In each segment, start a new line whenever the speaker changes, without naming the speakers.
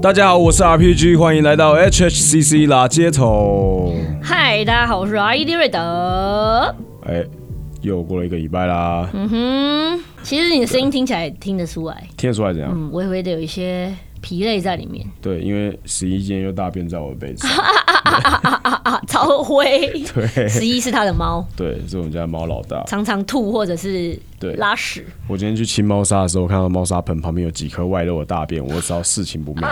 大家好，我是 RPG，欢迎来到 HHCC 拉街头。
嗨，大家好，我是 E ID 瑞德。
哎，又过了一个礼拜啦，
嗯哼，其实你的声音听起来听得出来，
听得出来怎样？
嗯，微微的有一些疲累在里面
对，因为十一今天又大便在我的杯子上，
啊。超 灰，
对
十一是他的猫，
对，是我们家猫老大。
常常吐或者是
对
拉屎。
我今天去清猫砂的时候，看到猫砂盆旁边有几颗外露的大便，我知道事情不 妙，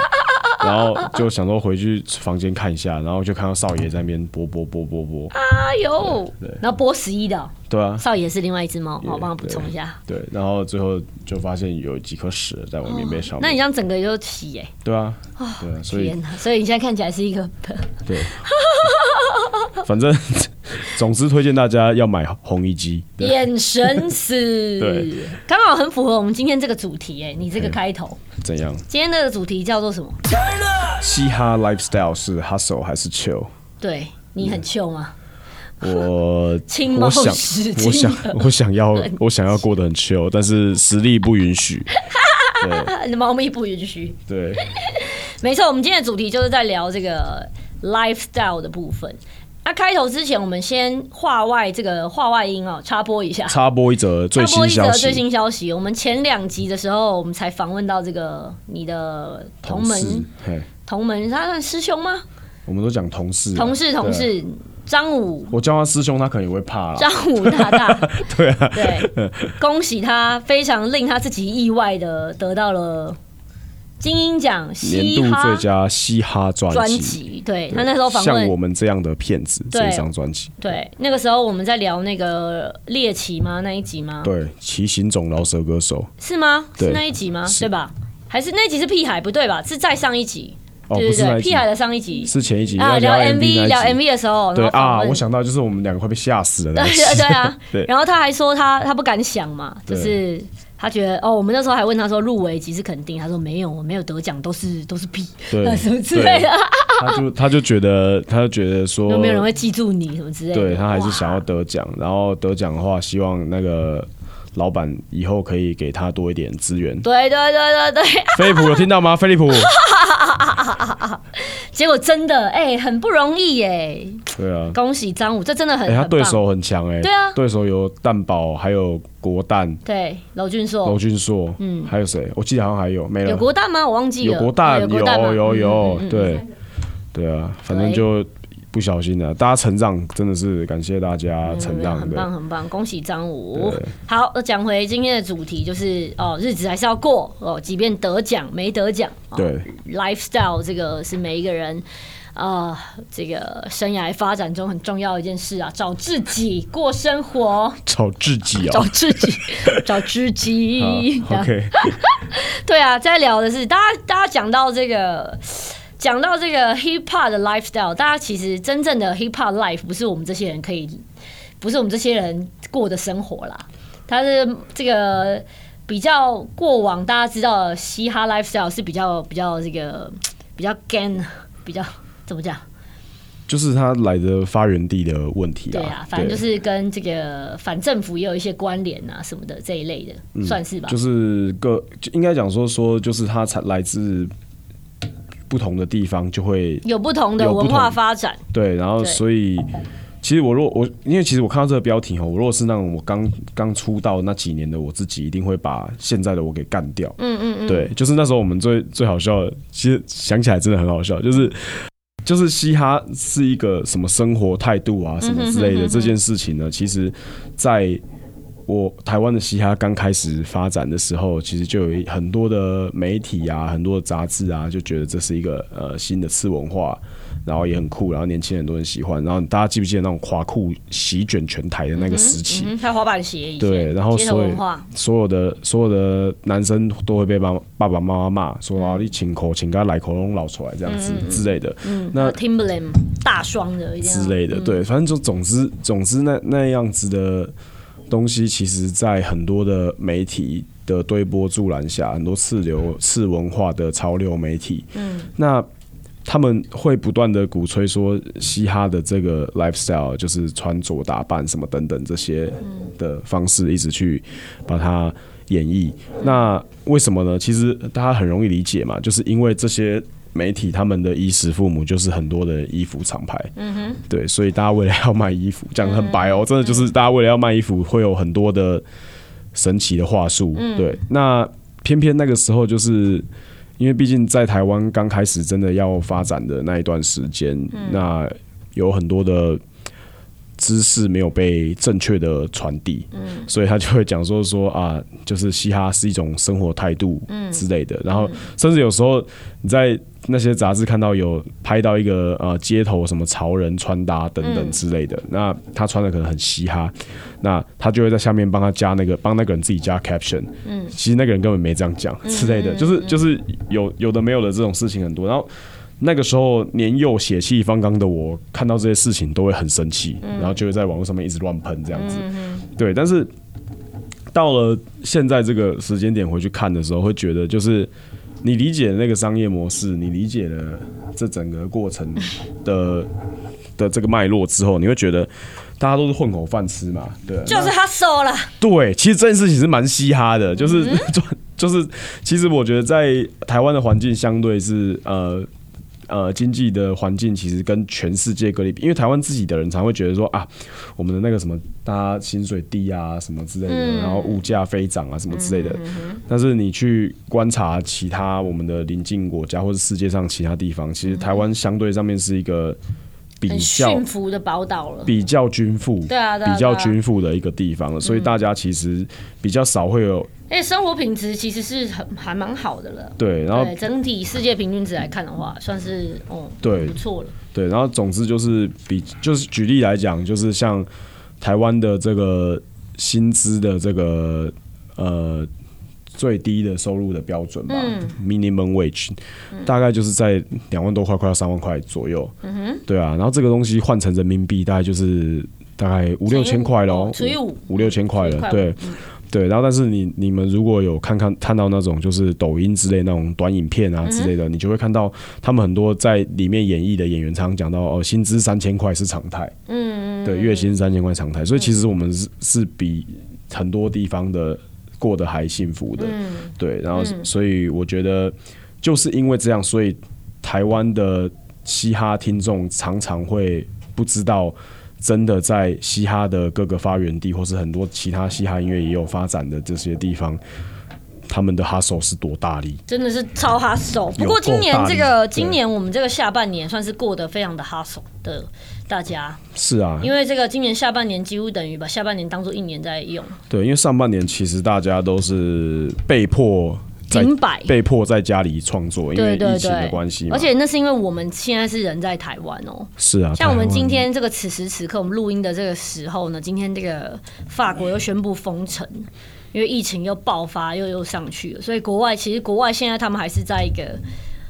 然后就想说回去房间看一下，然后就看到少爷在那边拨拨拨拨拨，
哎呦，然后播十一的哦
对啊，
少爷是另外一只猫，
也
我帮他补充一下。
对，然后最后就发现有几颗屎在我棉被上
那你
面，
这样整个就洗哎、
对啊，对啊，所以
天哪！所以你现在看起来是一个
对，反正总之推荐大家要买红衣机。对
眼神死
对，
刚好很符合我们今天这个主题哎、你这个开头，
怎样？
今天这个主题叫做什么？
嘻哈 lifestyle 是 hustle 还是 chill？
对你很秀吗？
我
青猫
我想
史
我
青
想我想要我想要过得很 chill，但是实力不允许。
啊你的 猫咪不允许。
对，
没错，我们今天的主题就是在聊这个 lifestyle 的部分。那、开头之前，我们先话外这个话外音哦，插播一下。
插播一则最
插
新
播一
消
则最
息，
新消息，我们前两集的时候，我们才访问到这个你的同
事
门
嘿，
同门，他算师兄吗？
我们都讲同事啊，
同事
对啊啊
同。事，张武
我叫他师兄，他可能也会怕啦。
张武大大，
对啊，
对，恭喜他，非常令他自己意外的得到了金鹰奖
年
嘻
度
哈
最佳嘻哈专
专
辑。
辑，对
对
他那时候访
像
问
我们这样的骗子这
对
一张专辑，
对，那个时候我们在聊那个猎奇吗？那一集吗？
对，骑行种饶舌歌手，
是吗？
对
是那一集吗？
是
对吧？还是那集是屁孩？不对吧？是再上一集，
哦，
对
不
对
是那
对，
一集
屁孩的上一集
是前一集要
啊，聊 MV 聊
那一集
MV 的时候，然
对
后访
啊，
问
我想到就是我们两个快被吓死了那一集，
对对啊
对，
然后他还说他他不敢想嘛，就
对
是。他觉得哦，我们那时候还问他说入围几是肯定，他说没有，我没有得奖，都是都是屁，
对
啊什么之类的，
他就他就觉得他就觉得说
有 没有人会记住你什么之类的。
对他还是
哇。
想要得奖，然后得奖的话，希望那个老板以后可以给他多一点资源
对对对对对，
飞利浦有听到吗？飞利 浦，
结果真的哎、很不容易哎、
对啊，
恭喜张武，这真的很、
哎，他
很棒
对手很强哎，
对啊
对手有蛋堡，还有国蛋。
对娄俊
娄
硕
俊硕，嗯，还有谁？我记得好像还有没了。
有国蛋吗？我忘记了，
有国蛋，
有
有
国蛋吗
有
嗯
有，对对啊，反正就不小心了。大家成长真的是感谢大家成
嗯
长
很
的
棒，很棒，恭喜张武
对。
好，那讲回今天的主题，就是哦，日子还是要过哦，即便得奖没得奖，哦
对
lifestyle 这个是每一个人。啊、这个生涯发展中很重要的一件事啊，找自己过生活，
找自己
找
哦。
自 己，找知己。
好 OK，
对啊，在聊的是大家，大家讲到这个，讲到这个 hip hop 的 lifestyle，大家其实真正的 hip hop life 不是我们这些人可以，不是我们这些人过的生活啦，它是这个比较过往大家知道的嘻哈 lifestyle 是比较比较这个比较 gan，比较怎么讲？
就是他来的发源地的问题
对
啊
啊，，反正就是跟这个反政府也有一些关联啊什么的这一类的，算是吧
对。嗯就是各就应该讲说说，就是他才来自不同的地方，就会
有不同的
有不
文化
同
发展，
对，然后
对
所以其实我若我，因为其实我看到这个标题哦，我如果是那种我刚刚出道那几年的我自己，一定会把现在的我给干掉。嗯嗯嗯，对，就是那时候我们最最好笑的，其实想起来真的很好笑，就是。就是嘻哈是一个什么生活态度啊，什么之类的这件事情呢？其实，在我台湾的嘻哈刚开始发展的时候，其实就有很多的媒体啊，很多的杂志啊，就觉得这是一个呃新的次文化，然后也很酷，然后年轻人很多人喜欢。然后大家记不记得那种垮裤席卷全台的那个时期？
嗯，还有滑板鞋以前，
对，然后
街头
所以
文化，
所有的所有的男生都会被爸爸爸妈妈骂，说
嗯
啊你请口请他来口拢老出来这样子之类的。
嗯
那
Timberland 大双的一定要
之类的，对，反正就总之总之那那样子的东西，其实在很多的媒体的推波助澜下，很多次流次文化的潮流媒体，嗯，那他们会不断的鼓吹说嘻哈的这个 lifestyle，就是穿着打扮什么等等这些的方式，一直去把它演绎。那为什么呢？其实大家很容易理解嘛，就是因为这些媒体他们的衣食父母就是很多的衣服厂牌，对，所以大家为了要卖衣服，讲得很白哦，真的就是大家为了要卖衣服，会有很多的神奇的话术，对。那偏偏那个时候，就是因为毕竟在台湾刚开始真的要发展的那一段时间，那有很多的知识没有被正确的传递，所以他就会讲说说啊，就是嘻哈是一种生活态度之类的，然后甚至有时候你在那些杂志看到有拍到一个呃街头什么潮人穿搭等等之类的，那他穿的可能很嘻哈，那他就会在下面帮他加那个帮那个人自己加 caption，嗯，其实那个人根本没这样讲之类的，就是就是有有的没有的这种事情很多，然后。那个时候年幼血气方刚的我，看到这些事情都会很生气，然后就会在网络上面一直乱喷这样子。对，但是到了现在这个时间点回去看的时候，会觉得就是你理解了那个商业模式，你理解了这整个过程的的这个脉络之后，你会觉得大家都是混口饭吃嘛，对啊，
就是他收了，
对，其实这件事情是蛮嘻哈的，就是、就就是，其实我觉得在台湾的环境相对是呃呃经济的环境，其实跟全世界各地比，因为台湾自己的人常会觉得说啊，我们的那个什么，大家薪水低啊什么之类的，然后物价飞涨啊什么之类的，但是你去观察其他我们的邻近国家或者世界上其他地方，其实台湾相对上面是一个比
很
较
驯服的宝岛了。
比较均富，
对啊对啊嗯
比较均富的一个地方了，所以大家其实比较少会有
哎，生活品质其实是很还蛮好的了。
对，然后
对，整体世界平均值来看的话，算是哦，
对
不错了。
对，然后总之就是比就是举例来讲，就是像台湾的这个薪资的这个呃最低的收入的标准吧、m
嗯
i n i m u m wage，、大概就是在两万多块，快要三万块左右。
嗯
对啊，然后这个东西换成人民币，大概就是大概五六千块喽，
除哦以五
五六千块了，
块
对。对，然后但是你你们如果有看看看到那种就是抖音之类那种短影片啊之类的，你就会看到他们很多在里面演绎的演员常常讲到哦，薪资三千块是常态，嗯，对，月薪三千块常态，所以其实我们是是比很多地方的过得还幸福的，对，然后所以我觉得就是因为这样，所以台湾的嘻哈听众常常会不知道，真的在嘻哈的各个发源地，或是很多其他嘻哈音乐也有发展的这些地方，他们的哈手是多大力。
真的是超哈手。不
有
过今年
够大力
这个，
对
今年我们这个下半年算是过得非常的哈手的大家，
是啊，
因为这个今年下半年几乎等于把下半年当做一年在用，
对，因为上半年其实大家都是被迫在
停摆。
被迫在家里创作，因为
对对
疫情的
对
关系，嘛。
而且那是因为我们现在是人在台湾哦、
是啊，
像我们
台湾
今天这个此时此刻，我们录音的这个时候呢，今天这个法国又宣布封城，因为疫情又爆发，又又上去了，所以国外其实国外现在他们还是在一个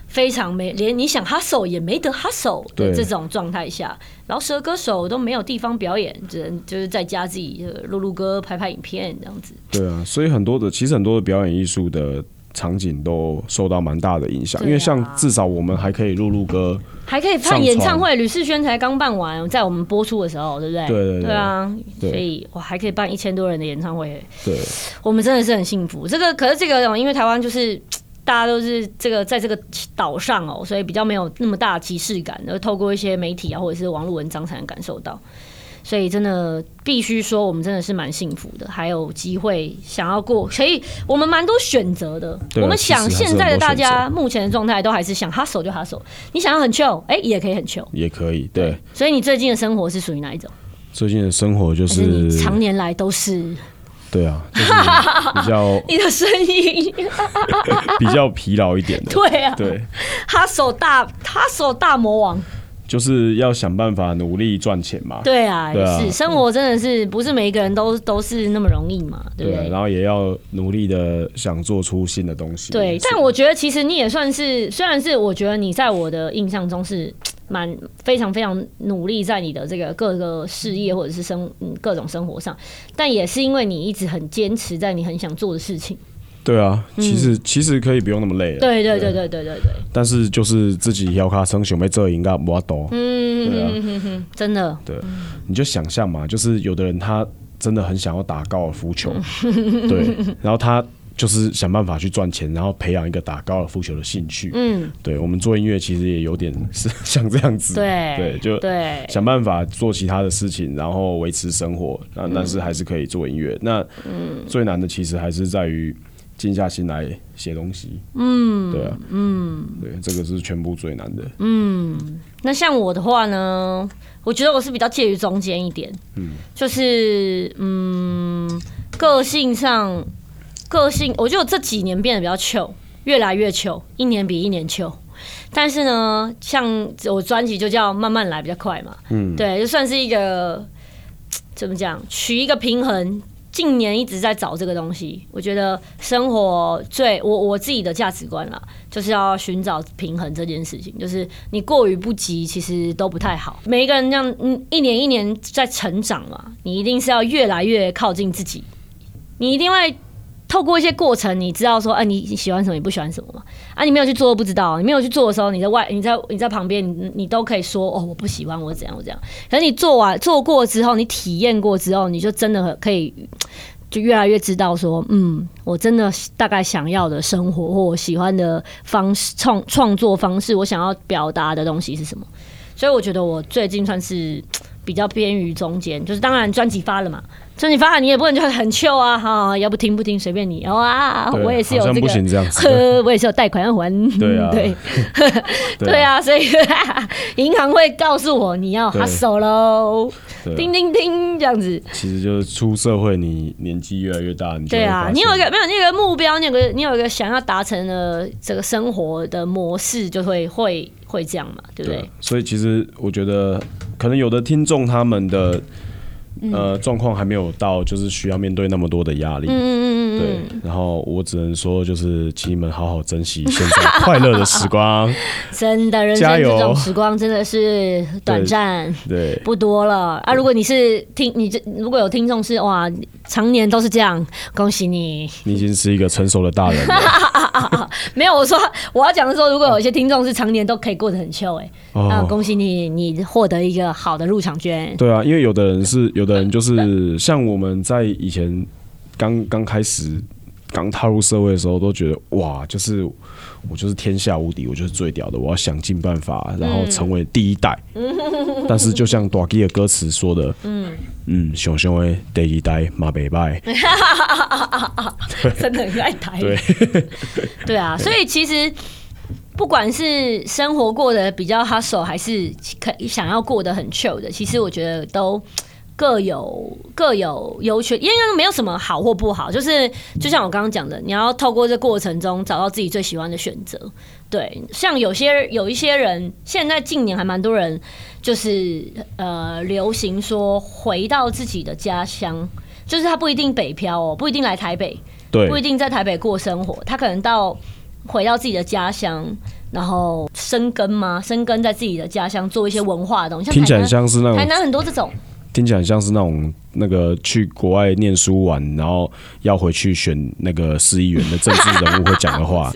非常没连你想 hustle 也没得 hustle 的
对
这种状态下，然后蛇歌手都没有地方表演，只能就是在家自己呃录录歌、拍拍影片这样子。
对啊，所以很多的其实很多的表演艺术的场景都受到蛮大的影响，
对啊
因为像至少我们还可以录录歌，
还可以
上
看
传
演唱会，吕世轩才刚办完，在我们播出的时候，对不对？
对对对
啊，
对
所以我还可以办一千多人的演唱会，
对
我们真的是很幸福。这个可是这个哦，因为台湾就是。大家都是这个在这个岛上哦，所以比较没有那么大的即视感，然后透过一些媒体啊或者是网络文章才能感受到。所以真的必须说，我们真的是蛮幸福的，还有机会想要过，所以我们蛮多选择的。
对啊
我们想
其实还是
现在的大
很多
家
选
目前的状态都还是想哈手就哈手，你想要很 chill，哎、也可以很 chill。
也可以。对，
所以你最近的生活是属于哪一种？
最近的生活就
还是你
是
常年来都是
对啊，就是比较
你的声音？
比较疲劳一点的，
对啊，
对，
哈手大哈手大魔王，
就是要想办法努力赚钱嘛。
对啊，
对啊
也是生活真的是不是每一个人都都是那么容易嘛，对不
对啊，
对？
然后也要努力的想做出新的东西。
对，但我觉得其实你也算是，虽然是我觉得你在我的印象中是蛮非常非常努力在你的这个各个事业或者是生嗯各种生活上，但也是因为你一直很坚持在你很想做的事情。
对啊，其实其实可以不用那么累了，
嗯
啊
对对对对对对对，
但是就是自己要卡生想被这应该无多。
嗯，
对啊
哼哼哼真的，
你就想
嗯
象嘛，就是有的人他真的很想要打高尔夫球，对，然后他就是想办法去赚钱，然后培养一个打高尔夫球的兴趣。嗯，对，我们做音乐其实也有点是 像这样子，
对
对，就
对
想办法做其他的事情，然后维持生活，
嗯
那但是还是可以做音乐。那最难的其实还是在于静下心来写东西。嗯，对啊，嗯，对，这个是全部最难的。
嗯那像我的话呢，我觉得我是比较介于中间一点，就是嗯，个性上，个性，我觉得我这几年变得比较糗，越来越糗，一年比一年糗。但是呢，像我专辑就叫《慢慢来》，比较快嘛，嗯，对，就算是一个嘖怎么讲，取一个平衡。近年一直在找这个东西，我觉得生活最我我自己的价值观啦，就是要寻找平衡这件事情，就是你过于不及，其实都不太好。每一个人这样，嗯，一年一年在成长嘛，你一定是要越来越靠近自己，你一定会透过一些过程，你知道说，哎、你你喜欢什么，你不喜欢什么嘛？啊，你没有去做不知道，你没有去做的时候，你在外，你在你在旁边，你你都可以说，哦，我不喜欢，我怎样，我怎样。可是你做完做过之后，你体验过之后，你就真的可以。就越来越知道说，嗯，我真的大概想要的生活或我喜欢的方式、创创作方式，我想要表达的东西是什么。所以我觉得我最近算是比较偏于中间，就是当然专辑发了嘛，专辑发了你也不能就很 chill 啊，哈，要不听不听随便你，哦啊，
对
我也是有
好像
这个，
不行这样 子
呵，我也是有贷款要还，
对啊
对，
对啊
对啊，所以 银行会告诉我你要
对
hustle 喽，
对啊
叮叮叮这样子，
其实就是出社会，你年纪越来越大，你就
对
会
啊
发，
你有一
现
个没有那个目标，你有个你有一个想要达成的这个生活的模式，就会会会这样嘛，对不
对啊
对？，
所以其实我觉得，可能有的听众他们的
嗯
呃状况还没有到，就是需要面对那么多的压力。
嗯嗯嗯
对，然后我只能说，就是请你们好好珍惜现在快乐的时 光。
嗯，真的人生
加
这
油
种时光真的是短暂。
对，
不多了啊！如果你是听你这，如果有听众是哇，常年都是这样，恭喜你。
你已经是一个成熟的大人了。
没有，我说我要讲的是说，如果有一些听众是常年都可以过得很秀、欸，哎、啊，
哦，
恭喜你，你获得一个好的入场券。
对啊，因为有的人是，有的人就是像我们在以前刚刚开始。刚踏入社会的时候，都觉得哇，就是我就是天下无敌，我就是最屌的，我要想尽办法，然后成为第一代。
嗯
但是就像 d a g 的歌词说的，嗯嗯，熊熊诶，第一代马北 拜，
真的很爱台语。
对
对啊，所以其实不管是生活过得比较 hustle，还是可想要过得很 chill 的，其实我觉得都。各有各有优缺，因为没有什么好或不好，就是就像我刚刚讲的，你要透过这过程中找到自己最喜欢的选择。对，像有些有一些人，现在近年还蛮多人就是呃流行说回到自己的家乡，就是他不一定北漂哦，不一定来台北，
对
不一定在台北过生活，他可能到回到自己的家乡，然后生根吗？生根在自己的家乡做一些文化的东西，
听起来
台
很
南
像是那
台
种
南很多这 种，
听起来像是那种那个去国外念书完，然后要回去选那个市议员的政治人物会讲的 话。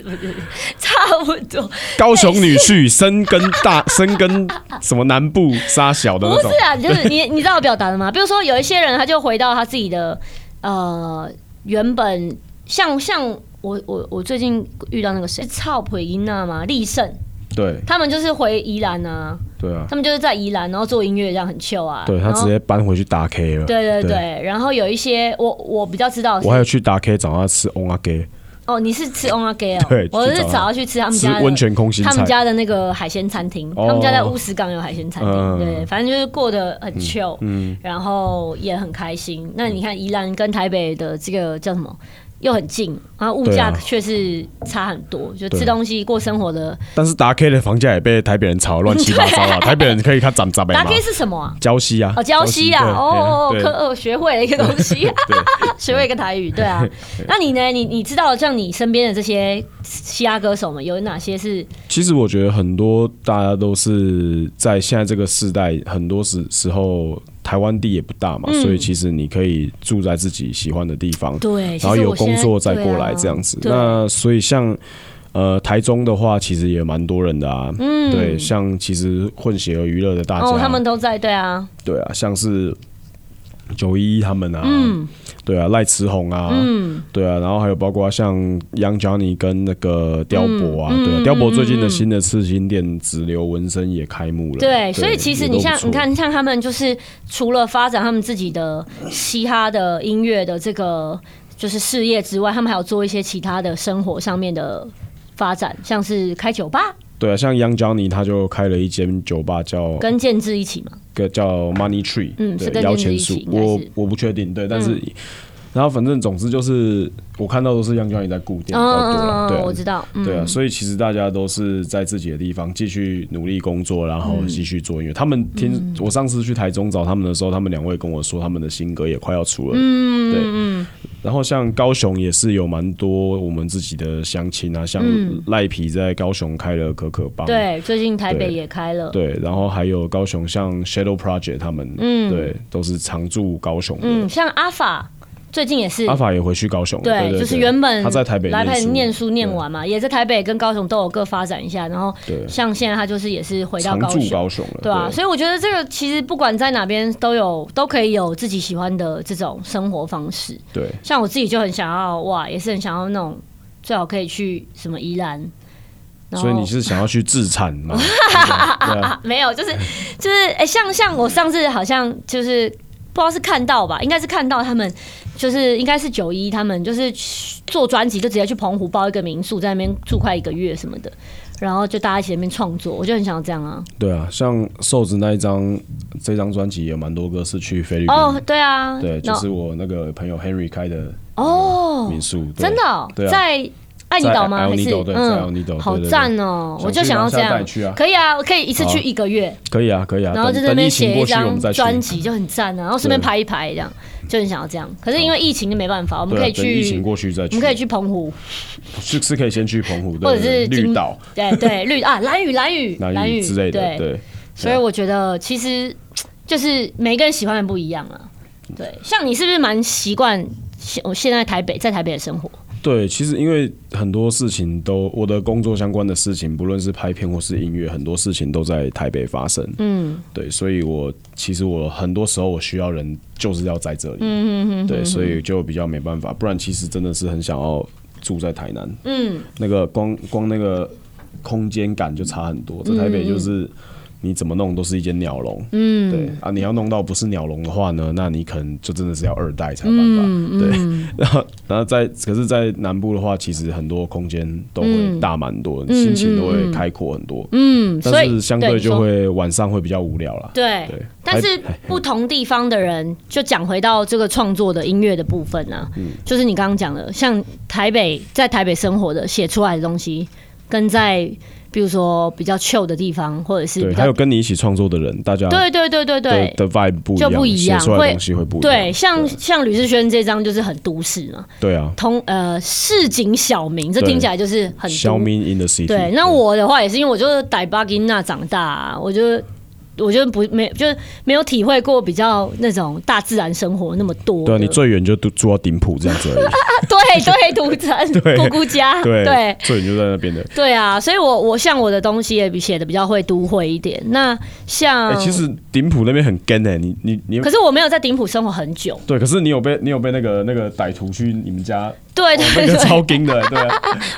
差不多
高雄女婿深耕大深耕什么南部沙小的
不
那种
是，啊，就是 你你知道我表达的吗？比如说有一些人，他就回到他自己的呃原本，像像我我我最近遇到那个谁，操普伊娜吗？立胜，
对
他们就是回宜兰啊，
对啊，
他们就是在宜兰，然后做音乐这样很 chill 啊，
对他
然后
直接搬回去打 K 了。
对对对，，然后有一些我我比较知道的是，
我还有去打 K 找他吃 on a g
哦，你是吃 on a gay 哦，
对
我是
去找他
早要去吃他们
吃
家的
温泉空心
他们
菜。
家的那个海鲜餐厅，
哦
他们家在乌石港有海鲜餐厅，
嗯
对，反正就是过得很 chill，、然后也很开心。那你看宜兰跟台北的这个叫什么？又很近，然后物
对
价
啊
却是差很多，就
对
吃东西过生活的。
但是打 K 的房价也被台北人炒得乱七八糟啊！台北人可以看涨涨的
大
嘛？
概是什么啊？
礁溪啊，
哦，礁溪啊，
对哎
哦哦，
对
可哦，学会了一个东西， 学会一个台语，对啊。那你呢？你你知道像你身边的这些嘻哈歌手们，有哪些是
其实我觉得很多大家都是在现在这个时代，很多时时候台湾地也不大嘛，所以其实你可以住在自己喜欢的地方，
嗯对？
然后
其实
有
我现
工
在
作再过
对
来
啊
这样子。
对
那所以像呃台中的话，其实也蛮多人的啊，
嗯
对，像其实混血儿娱乐的大家，
哦，他们都在，对啊，
对啊，像是九一一他们啊，
嗯，
对啊，赖慈宏啊，嗯，对啊，然后还有包括像杨角尼跟那个雕博
嗯
啊，对啊，雕博最近的新的刺青店紫流纹身也开幕了，
对，所以其实你像你，看，像他们就是除了发展他们自己的嘻哈的音乐的这个就是事业之外，他们还有做一些其他的生活上面的发展，像是开酒吧，
也都不错对啊，像杨角尼他就开了一间酒吧叫
跟建制一起嘛。
个叫 Money Tree，
嗯是
对，
跟
摇
林
钱
子
树
一起，应该
我
是嗯
我不确定，对，但是。然后反正总之就是，我看到都是杨教练在固定比较多啦，对啊，
哦我知道，嗯，
对啊，所以其实大家都是在自己的地方继续努力工作，然
嗯
后继续做音乐。他们听、我上次去台中找他们的时候，他们两位跟我说，他们的新歌也快要出了。嗯，对。然后像高雄也是有蛮多我们自己的乡亲啊，像赖皮在高雄开了可可帮，
嗯对，最近台北
对
也开了，
对，然后还有高雄像 Shadow Project 他们，嗯，对，都是常驻高雄的。
嗯，像阿法最近也是
阿。法也回去高雄了，对
对，
对
就是原本
他在台北
来台北念书念
对
完嘛，也在台北跟高雄都有各发展一下，然后
对
像现在他就是也是回到
常
高
驻
雄，
高雄了，
对啊，所以我觉得这个其实不管在哪边都有都可以有自己喜欢的这种生活方式。
对。
像我自己就很想要哇，也是很想要那种最好可以去什么宜兰，然后
所以你是想要去自产吗？ 对啊，
没有，就是就是哎、诶像像我上次好像就是不知道是看到吧，应该是看到他们就是应该是九一他们就是去做专辑就直接去澎湖包一个民宿，在那边住快一个月什么的，然后就大家一起在那边创作，我就很想要这样啊。
对啊，像瘦子那一张这张专辑有蛮多歌是去菲律宾，
哦，对啊，
对，就
那
是我那个朋友 Henry 开的
哦，
民宿，对
真的、哦
对啊
在爱尼岛吗？
在
还是嗯
Alnido，对在 Alnido，
好
对对对
赞哦！
想
我就
去
想
吗
要
下
这
次
样
带去啊，
可以啊，我可以一次去一个月，
可以啊，可以啊，
然后就
等
在
等疫
那边
情
写一
过去我
张
们再去，
专辑，就很赞啊。然后顺便拍一拍，这样就很想要这样。可是因为疫情就没办法，我们
对
可
啊
以，
等疫
去，
情过去再
我
去，
们可以去澎湖，
是是可以先去澎湖，对
或者
对
是
对
金
绿岛、
对 对，绿啊，蓝屿、蓝屿、
南屿之类的，
对。
对
所以我觉得其实就是每个人喜欢的不一样啊。对，像你是不是蛮习惯现我现在台北在台北的生活？
对，其实因为很多事情都我的工作相关的事情，不论是拍片或是音乐，很多事情都在台北发生，
嗯，
对，所以我其实我很多时候我需要人就是要在这里，
嗯
对，所以就比较没办法，不然其实真的是很想要住在台南，
嗯，
那个光光那个空间感就差很多，在台
嗯
北就是。你怎么弄都是一间鸟笼，嗯，对啊，你要弄到不是鸟笼的话呢，那你可能就真的是要二代才有办法，
嗯
对。然后，然后在可是，在南部的话，其实很多空间都会大蛮多，心情都会开阔很多，
嗯，所
但
以
是相
对
对
你说
就会晚上会比较无聊啦。
对，
对
但是不同地方的人，就讲回到这个创作的音乐的部分啊，
嗯
就是你刚刚讲的，像台北在台北生活的写出来的东西，跟在比如说比较 chill 的地方，或者是
对，
比
还有
较
跟你一起创作的人，大家的
对对对对对。
的 vibe 不一
就
样，
不一样
写出来的
会
东西会不一样。
对，像像吕志轩这张就是很都市嘛，
对啊，
通呃市井小民，这
对
听起来就是很
小
都
民 in the city。
对，那我的话也是因为我就是逮巴金娜长大、啊，我就我就不没就是没有体会过比较那种大自然生活那么多的。
对啊，你最远就住住到顶埔这样子而已。
对对独城
对
姑姑家
对
对
最远就在那边的。
对啊，所以我我像我的东西也比写的比较会都会一点。那像、
哎，其实顶埔那边很干的，你你你
可。是我没有在顶埔生活很久，
对，可是你有被你有被那个那个歹徒去你们家，
对 对
哦那
对
个超惊的，对啊，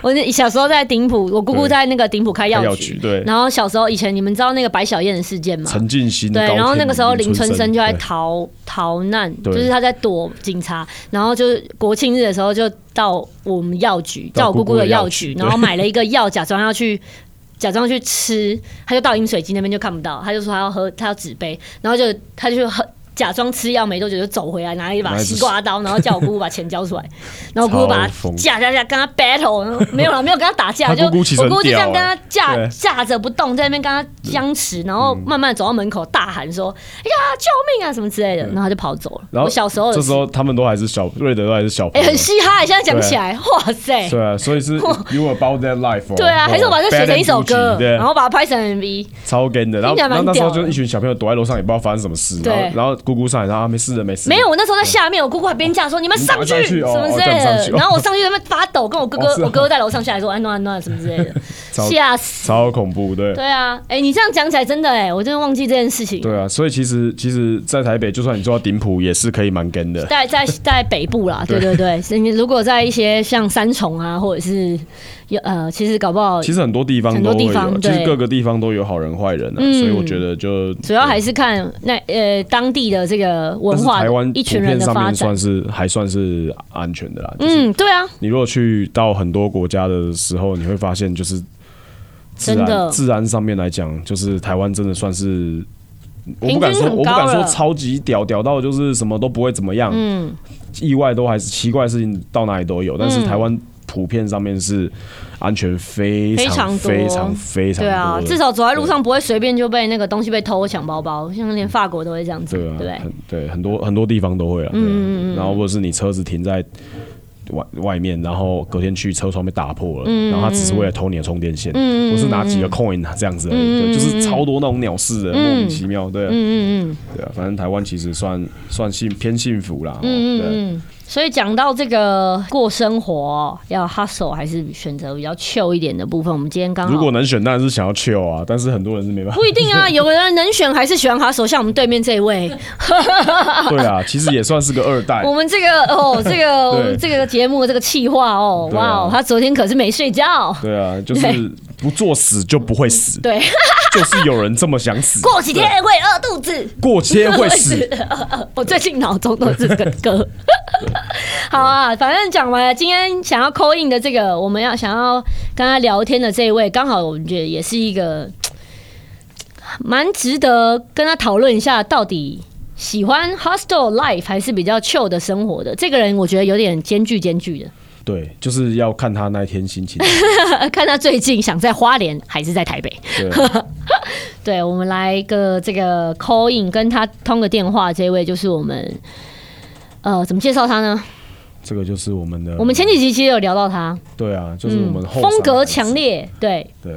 我那小时候在顶埔，我姑姑
对
在那个顶埔开
开
药
药
局
局，对
然后小时候以前你们知道那个白小燕的事件吗？
陈进兴，
对，
高
然后那
天
个时候
林
林春生就在
对
逃逃难，就
对
是他在躲警察，然后就是国庆日的时候就到我们药局，
到
到我姑
姑
姑
姑
的
的
药
药
局
局，
然后买了一个药，假装要去。假装去吃，他就到饮水机那边就看不到，他就说他要喝，他要纸杯，然后就他就喝，假装吃药没多久就走回来，拿了一把
拿一
西
只
瓜刀，然后叫我姑姑把钱交 出来，然后姑姑把
超
他
疯
架架架跟他 battle，然后 没有了，没有跟他打架，
他
就
姑姑其实
我
很
姑姑就这样
屌
跟
欸
他架
对
架着不动，在那边跟他僵持，然后慢慢走到门口大喊说：“哎呀，救命啊！”什么之类的，然后他就跑走了。
然后
我小时候的
这时候他们都还是小，瑞德都还是小
哎、
朋友，
很嘻哈、现在讲起来，哇塞！
对啊，所以 是 you were about that life，哦
对啊，
哦
还是我把这写
Bad
成一
and
首歌
Gucci，，对
然后把它拍成 MV。
超跟的，然
听
后
起来蛮
然后那时候
屌的
就一群小朋友躲在楼上，也不知道发生什么事，然
对
后然后姑姑上来，然后啊没事的没事，
没有，，我那时候在下面，我姑姑还边叫说：“你们上去
你们赶快上去哦
什么之类
哦叫你上
的。
去”哦
然后我上去在那边发抖，跟我哥哥
哦，是啊
我哥哥在楼上下来说：“安诺安诺”什么之类的。
超
吓死！
超恐怖，对。
对啊，哎、你这样讲起来真的哎、我真的忘记这件事情。
对啊，所以其实其实，在台北，就算你做到顶埔，也是可以蛮跟的。
在在在北部啦，对对对， 是你如果在一些像三重啊，或者是有呃，其实搞不好
其实很多地方
很
都
多
会
地方
有，其实
对
各个地方都有好人坏人啊，
嗯
所以我觉得就
主要还是看那呃当地的这个
但
文
是
化，
台湾
一
普
群人
遍
的
上
发
面算。
展
是还算是安全的啦。就是
嗯，对啊，
你如果去到很多国家的时候，你会发现就是治
真的
安治安上面来讲，就是台湾真的算是。我不
平
敢
均
说，
很
我不
高
敢说
了
超级屌屌到就是什么都不会怎么样，
嗯，
意外都还是奇怪的事情到哪里都有，但是台湾普遍上面是安全非常
非
非
常多
常非常
对啊，
多的
至少走在路上不会随便就被那个东西被偷抢包包，像连法国都会这样子，
对啊，
对不对？
很对很多很多地方都会啊，对啊然后或者是你车子停在外外面，然后隔天去车窗被打破了，然后他只是为了偷你的充电线，或是拿几个 coin 啊这样子而已，对，就是超多那种鸟事的，莫名其妙，对啊，对啊，反正台湾其实算算幸偏幸福啦，嗯对啊。
所以讲到这个过生活要 hustle 还是选择比较 chill 一点的部分，我们今天刚好
如果能选，当然是想要 chill 啊，但是很多人是没办法
不一定啊，有的人能选还是喜欢 hustle，像我们对面这一位，
对啊，其实也算是个二代
我。们这个哦，这个我
对
们这个节目的这个气话哦，
对
哇
啊
哦，他昨天可是没睡觉，
对啊，就是不作死就不会 死，
对，
就是有人这么想死。
过几天会饿肚子。
过街会死，
我最近脑中都是 这个歌。 好啊，反正讲完了，今天想要 call in 的这个，我们要想要跟他聊天的这一位，刚好我们觉得也是一个蛮值得跟他讨论一下，到底喜欢 hostel life 还是比较 chill 的生活的。这个人我觉得有点艰巨艰巨的，
对，就是要看他那一天 心情。
呃看他最近想在花莲还是在台北。
对，
对，我们来一个这个 call in，跟他通个电话，这一位就是我们。呃，怎么介绍他呢？
这个就是我们的。
我们前几集其实有聊到他，嗯
对啊，就是我们后山
风格
孩子
强，烈，对
对，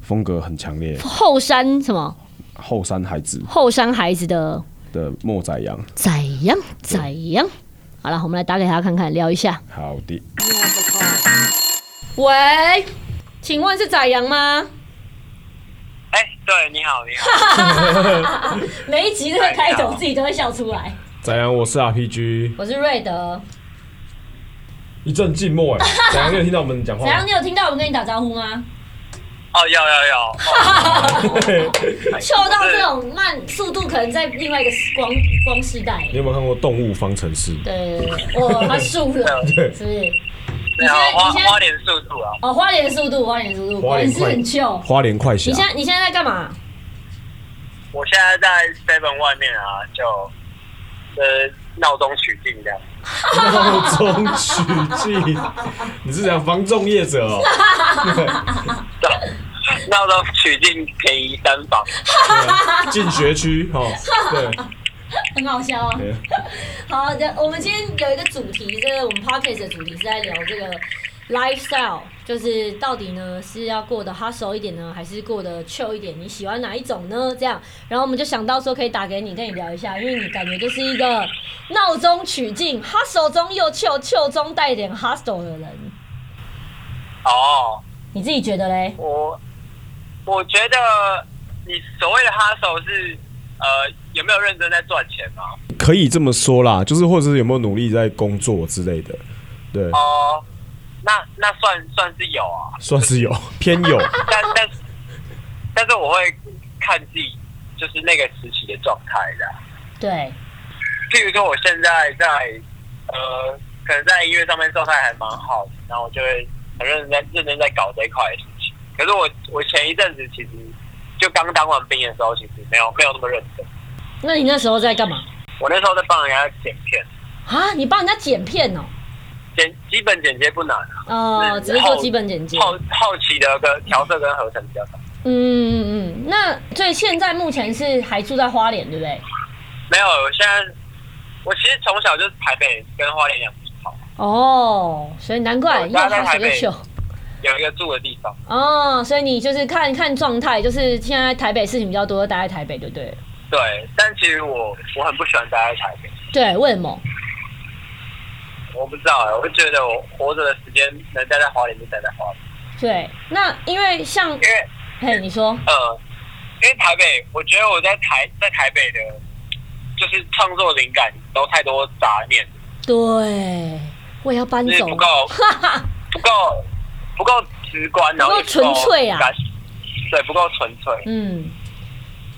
风格很强烈。
后山什么
后山孩子
后山孩子的
的莫仔羊，
怎样怎样？好了，我们来打给他看看，聊一下。
好的，
喂，请问是宰羊吗？
哎、对，你好，你 好，
每一集这个开头自己都会笑出来。
仔羊，我是 RPG，
我是瑞德，
一阵静 默哎。仔羊，你有听到我们讲
宰羊，你有听到我们跟你打招呼吗？
哦，有有有，哦
嗅到这种慢速度，可能在另外一个光光世代。
有没有看过《动物方程式》？
对，我他树了，
对
是不是？
你好，
现在你
啊花
现在
花点速度啊！
哦，花莲速度，花莲速度，果
花
然
莲
是
快啊
很秀。
花莲快侠
你现在你现在在干嘛？
我现在在 Seven 外面啊，就呃闹钟取静这样。
闹 中取静，你是讲防重业者 哦？
对闹钟取静便宜单房，
对进学区哦，对
很好笑啊、
对，
好的，我们今天有一个主题，这个我们 podcast 的主题是在聊这个 lifestyle，就是到底呢是要过得 hustle 一点呢，还是过得 chill 一点？你喜欢哪一种呢？这样，然后我们就想到说可以打给你，跟你聊一下，因为你感觉就是一个闹中取静，hustle 中又 chill，chill 中带一点 hustle 的人，
哦，
你自己觉得嘞？
我我觉得你所谓的哈手是呃有没有认真在赚钱吗？
可以这么说啦，就是或者是有没有努力在工作之类的，对，
哦、那那算算是有啊，
算是有 偏有，
但但是但是我会看自己就是那个时期的状态的。
对，
譬如说我现在在呃，可能在音乐上面状态还蛮好的，然后我就会很认真在认真在搞这一块的事情。可是我我前一阵子其实就刚当完兵的时候，其实没有没有那么认真。
那你那时候在干嘛
我那时候在帮人家剪片，
啊？你帮人家剪片哦、
剪基本剪接不难啊，
哦，只是做基本剪辑。
后后期的跟调色跟合成比较难。
嗯嗯嗯，那所以现在目前是还住在花莲，对不对？
没有，我现在我其实从小就是台北跟花莲两地跑，
哦，所以难怪
我
又
家在
好
台
水又
北
秀。
有一个住的地方。
哦，所以你就是看看状态，就是现在台北事情比较多，待在台北就对了。
对，但其实我我很不喜欢待在台北。
对，为什么？
啊我不知道哎、我就觉得我活着的时间能待在花莲就待在花莲。
对，那因为像
因为
嘿，你说
呃，因为台北，我觉得我在台在台北的，就是创作灵感都太多杂念，
对，我也要搬
就是
走
不， 够不够不够直观，然后也
不够纯粹啊
感，对，不够纯粹。
嗯，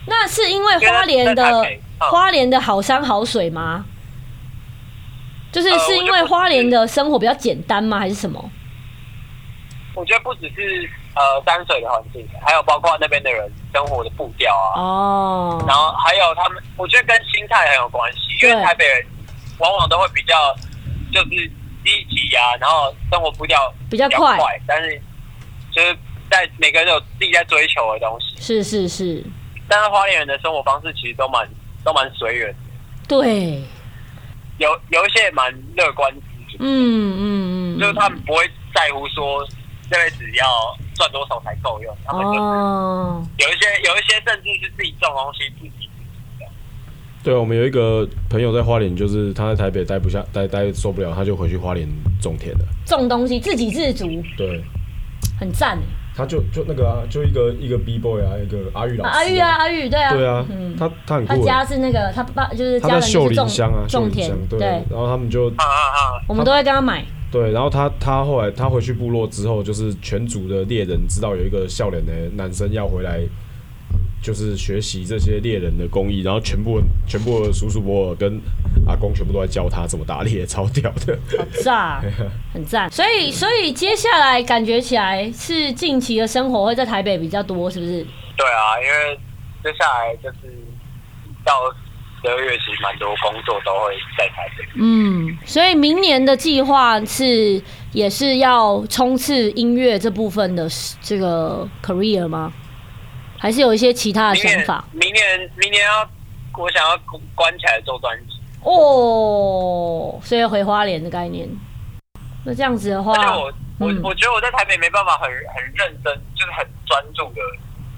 那是因为嗯花莲
因为在
的
台北嗯
花莲的好山好水吗？就是
呃
是因为花莲的生活比较简单吗？还是什么？
我觉得不只是呃山水的环境，还有包括那边的人生活的步调啊，
哦，
然后还有他们，我觉得跟心态很有关系，因
对
为台北人往往都会比较就是积极啊，然后生活步调
比较
比较
快
快，但是就是在每个人都有自己在追求的东西，
是是是，
但是花莲人的生活方式其实都蛮都蛮随缘，
对，
有有一些也蛮乐观积极，
嗯嗯嗯，
就是他们不会在乎说这辈子要赚多少才够用，他们就是
哦，
有一些有一些甚至是自己种东西自己。
对啊，我们有一个朋友在花莲，就是他在台北待不下，待待受不了，他就回去花莲种田了。
种东西自给自足，
对，
很赞。
他就就那个啊，就一个一个 B boy 啊，一个阿玉老
啊
师、
阿玉啊，，阿玉，对啊，
对啊，
嗯，
他他很
他
酷欸，
家是那个他爸就是
他
家
在
人
秀
就是
林
种
乡啊，秀
种
林
田
乡，，对，
对，
然后他们就
啊啊啊！
我们都会跟他买，
对，然后他他后来他回去部落之后，就是全族的猎人知道有一个笑脸的男生要回来，就是学习这些猎人的工艺，然后全部全部的叔叔伯伯跟阿公全部都在教他怎么打猎， 超屌的。
好 炸，
啊
很赞。所以所以接下来感觉起来是近期的生活会在台北比较多，是不是？
对啊，因为接下来就是到十二月，其实蛮多工作都会在台北。
嗯，所以明年的计划是也是要冲刺音乐这部分的这个 career 吗？还是有一些其他的
明
想
年
法？，
明年，明年要我想要关起来做专辑，
哦，所以回花莲的概念。那这样子的话
而，且我我、
嗯
我觉得我在台北没办法很很认真，就是很专注的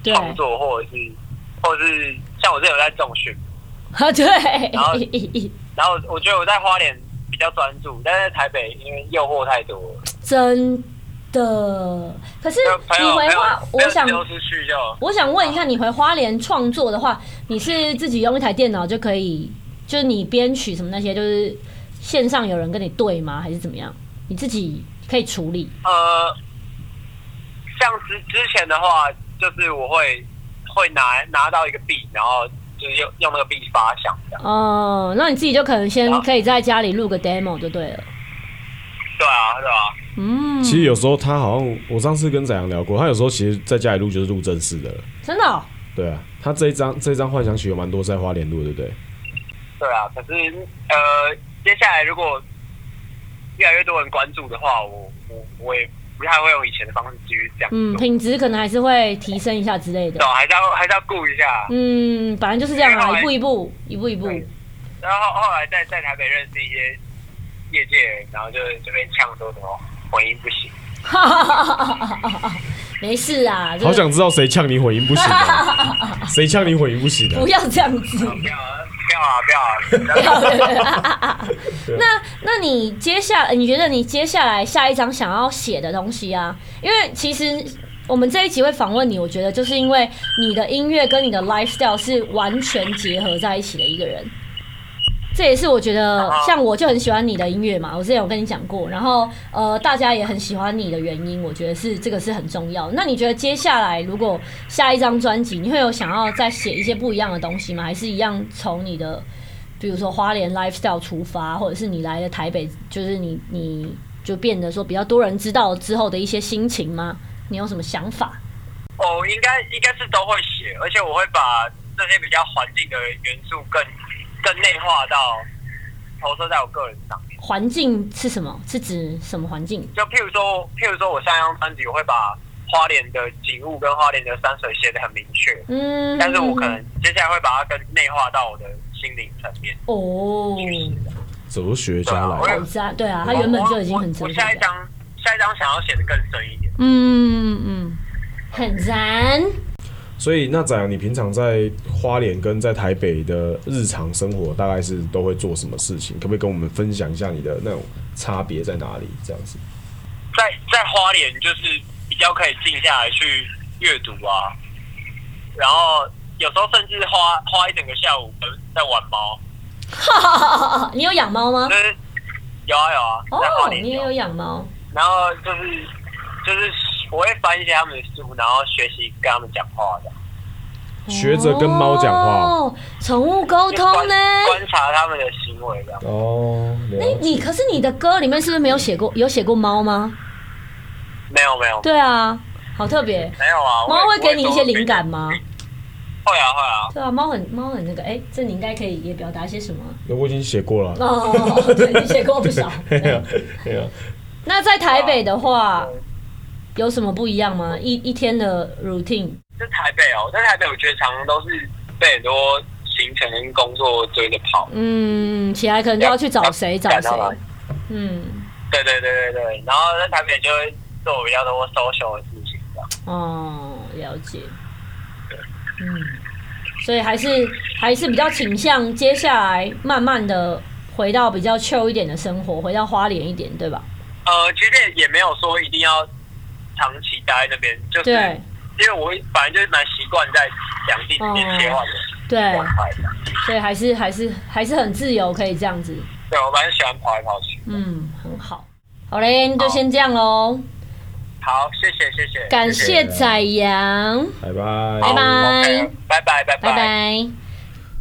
对，
创作，或者是或者是像我之前有在重训，
啊
然后
对，
然后我觉得我在花莲比较专注，但是在台北因为诱惑太多了。
真的。可是
就朋
你
友，
回花，
朋
我
友
想
丢出去就
我想问一下，你回花莲创作的话，你是自己用一台电脑就可以，就是你编曲什么那些，就是线上有人跟你对吗？还是怎么样？你自己可以处理？
呃，像之之前的话，就是我会会拿拿到一个币，然后就是用用那个币发想这样。
哦，那你自己就可能先
好
可以在家里录个 demo 就对了。
对啊，对啊，
嗯，
其实有时候他好像我上次跟宰阳聊过，他有时候其实在家里录就是录正式的了，
真的哦、
对啊。他这一张这一张幻想曲有蛮多在花莲录，对不对？
对啊。可是呃，接下来如果越来越多人关注的话，我我我也不太会用以前的方式继续这样
嗯，
做。
品质可能还是会提升一下之类的
对。啊，还是要还是要顾一下。
嗯，反正就是这样
因为后
啊，
来
一步一步，一步一步。
对然后后后来在在台北认识一些业界人，然后就就被呛说什么混音不行。
哈哈哈哈哈哈哈没事啊，这个
好想知道谁呛你混音不行、啊， 谁呛你混音不行啊
不？要这样子。
不要啊，不要啊，不要啊！然后
那那你接下来，你觉得你接下来下一张想要写的东西啊？因为其实我们这一集会访问你，我觉得就是因为你的音乐跟你的 lifestyle 是完全结合在一起的一个人。这也是我觉得，
啊
像我就很喜欢你的音乐嘛，我之前有跟你讲过，然后呃，大家也很喜欢你的原因，我觉得是这个是很重要的。那你觉得接下来如果下一张专辑，你会有想要再写一些不一样的东西吗？还是一样从你的比如说花莲 lifestyle 出发，或者是你来了台北，就是你你就变得说比较多人知道之后的一些心情吗？你有什么想法？
哦，应该应该是都会写，而且我会把这些比较环境的元素更更内化到投射在我个人上面。
环境是什么？是指什么环境？
就譬如说，譬如说我下一张专辑，我会把花莲的景物跟花莲的山水写得很明确，
嗯，
但是我可能接下来会把它更内化到我的心灵层面。
哦，
哲学
对
家
啊，我
来
也
了
很赞，对啊，他原本就已经很
我
成
我
熟
下一
了，
张下一张想要写的更深一点。
嗯嗯嗯，很赞。
所以那仔阳，你平常在花莲跟在台北的日常生活，大概是都会做什么事情？可不可以跟我们分享一下你的那种差别在哪里？这样子，
在在花莲就是比较要可以静下来去阅读啊，然后有时候甚至花花一整个下午在玩猫，
哦你有养猫吗
就？是有啊有啊，在花
哦，
莲
你也
有
有养猫，
然后就是就是我会翻一些他们的书，然后学习跟他们讲话的，
学着跟猫讲话
哦，宠物沟
就
通
观
呢？
观察他们的行为这样。
哦，
那你可是你的歌里面是不是没有写过有写过猫吗？
没有没有
对啊，好特别。
没有啊，我也
猫会给你一些灵感？吗？
我也会啊会啊，
对啊，猫很猫很那个，哎、这你应该可以也表达些什么？
那我已经写过了。
哦，对你写过不少。
对 呀，对呀，
那在台北的话
对，
有什么不一样吗？一一天的 routine
在台北哦，在台北我觉得常常都是被很多行程跟工作追着跑，
嗯，起来可能就要去找谁找谁， 嗯，
对对对对对，然后在台北就会做比较多 social 的事情，这样
哦，了解，嗯，所以还是还是比较倾向接下来慢慢的回到比较 chill 一点的生活，回到花莲一点，对吧？
呃，其实也也没有说一定要长期待在那边，就是
对
因为我反正就是蛮习惯在两地之间切换的
对，
状态的，
所以还是还是还是很自由，可以这样子，
对我蛮喜欢跑来跑去。
嗯，很好。好嘞，那就先这样喽，
好，谢谢谢谢，
感谢宰阳，
拜拜。
拜拜
好，OK，拜拜拜
拜拜。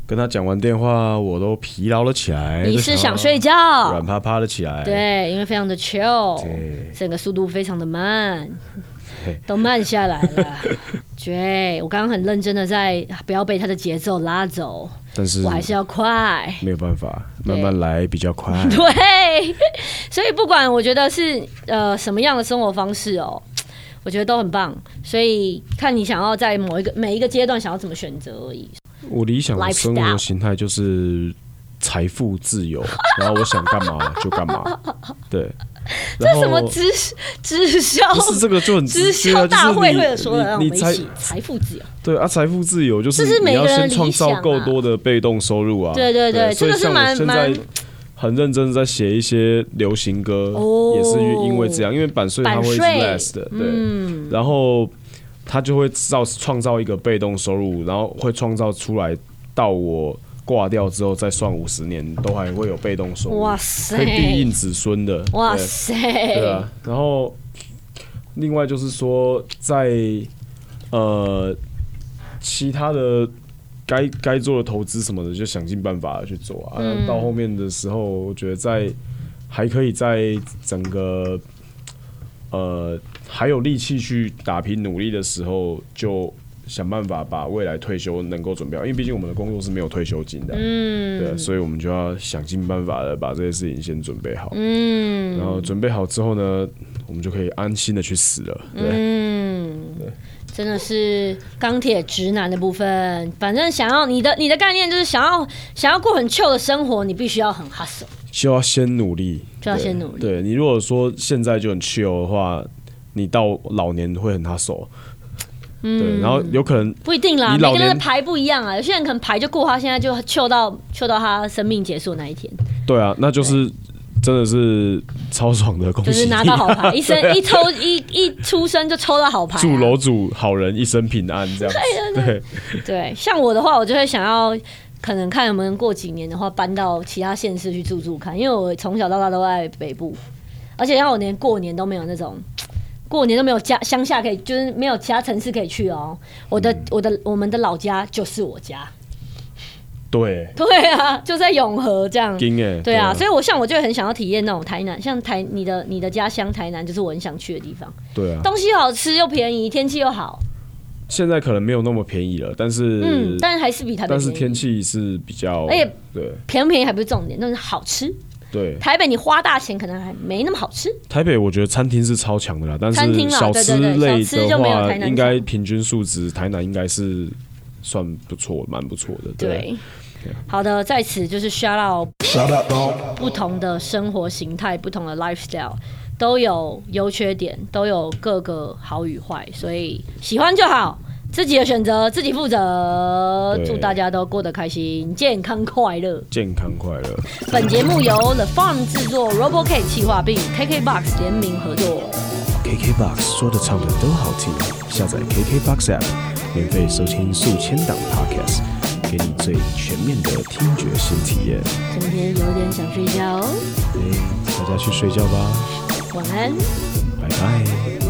跟他讲完电话，我都疲劳了起来。
你
就是
想
要
睡觉？
软趴趴了起来。，
对，因为非常的 chill，
对
整个速度非常的慢
嘿，
都慢下来 了。对，我刚刚很认真的在不要被他的节奏拉走，
但是
我还是要快。
没有办法，
对
慢慢来比较快。
对，所以不管我觉得是呃什么样的生活方式哦，我觉得都很棒。所以看你想要在某一个每一个阶段想要怎么选择而已。
我理想的生
Lifestyle
活形态就是财富自 由，然后我想干嘛就干嘛。对，这
这什么直直销？
不是这个就很直
直
接
销
啊，就
大会
是
会有说的，让我
你你
们
你财
一起财富自由。
对啊，财富自由就
这是
是
每
你
个
要
人的
先创
理
造
想啊
够多的被动收入啊。
对对对
所以
这个是
像
蛮
我现在
蛮
很认真地在写一些流行歌，
哦
也是因为这样，因为版税它
版
会一直
税嗯
less 的，对，然后它就会造创造一个被动收入，然后会创造出来到我。挂掉之后再算五十年，都还会有被动收入，
哇塞
可以庇应子孙的。
哇
对
塞！
对啊，然后另外就是说在，呃其他的该该做的投资什么的，就想尽办法去做啊。到后面的时候，我觉得在还可以在整个呃还有力气去打拼努力的时候，就想办法把未来退休能够准备好，因为毕竟我们的工作是没有退休金的，嗯，对，所以我们就要想尽办法的把这些事情先准备好，嗯，然后准备好之后呢，我们就可以安心的去死了，对，
嗯，真的是钢铁直男的部分。反正想要你的你的概念就是想要想要过很 chill 的生活，你必须要很 hustle。
就要先努力，
就要
对
先努力
对你如果说现在就很 chill 的话，你到老年会很哈手，对，
嗯
然后有可能
不一定啦，
你
每
老
个人的
年
牌不一样啊。有些人可能牌就过他现在就 chill 到 chill 到他生命结束那一天，
对啊，那就是真的是超爽的，恭喜
就
你
是拿到好 牌，一生一抽一一出生就抽到好牌啊、
祝楼主好人一生平安这样子，对，
对，像我的话，我就会想要，可能看能不能过几年的话，搬到其他县市去住住看，因为我从小到大都在北部，而且像我连过年都没有那种。过年都没有家乡下可以，就是没有其他城市可以去哦。我的、
嗯
我的我们的老家就是我家，
对，
对啊，就在永和这样。
金哎，
对啊，所以我像我就很想要体验那种台南，像台你的你的家乡台南，就是我很想去的地方，
对啊，
东西好吃又便宜，天气又好，
现在可能没有那么便宜了，但是
嗯，但是还是比台北
呃但
便宜。
是天气是比较，
而且
对
便不便宜还不是重点，但是好吃。
对，
台北你花大钱可能还没那么好吃，
台北我觉得餐厅是超强的啦，但
餐厅
是
啦
小
对
吃
对对
类
小吃就
的
没有
话
台，南
应该
强
平均数值台南应该是算不错，蛮不错的，对
对。好的，在此就是 shout out 不同的生活形态、不同的 lifestyle 都有优缺点，都有各个好与坏，所以喜欢就好，自己的选择自己负责。
对
祝大家都过得开心、健康、快乐。
健康快乐，
本节目由 The Farm 制作，Robo K 企划并 KKBox 联名合作。
OK， KKBOX 说的唱的都好听，下载 KKBOX App 免费收听数千档 Podcast，给你最全面的听觉新体验。
今天有点想睡觉哦，
哎，大家去睡觉吧，
晚安。
拜拜。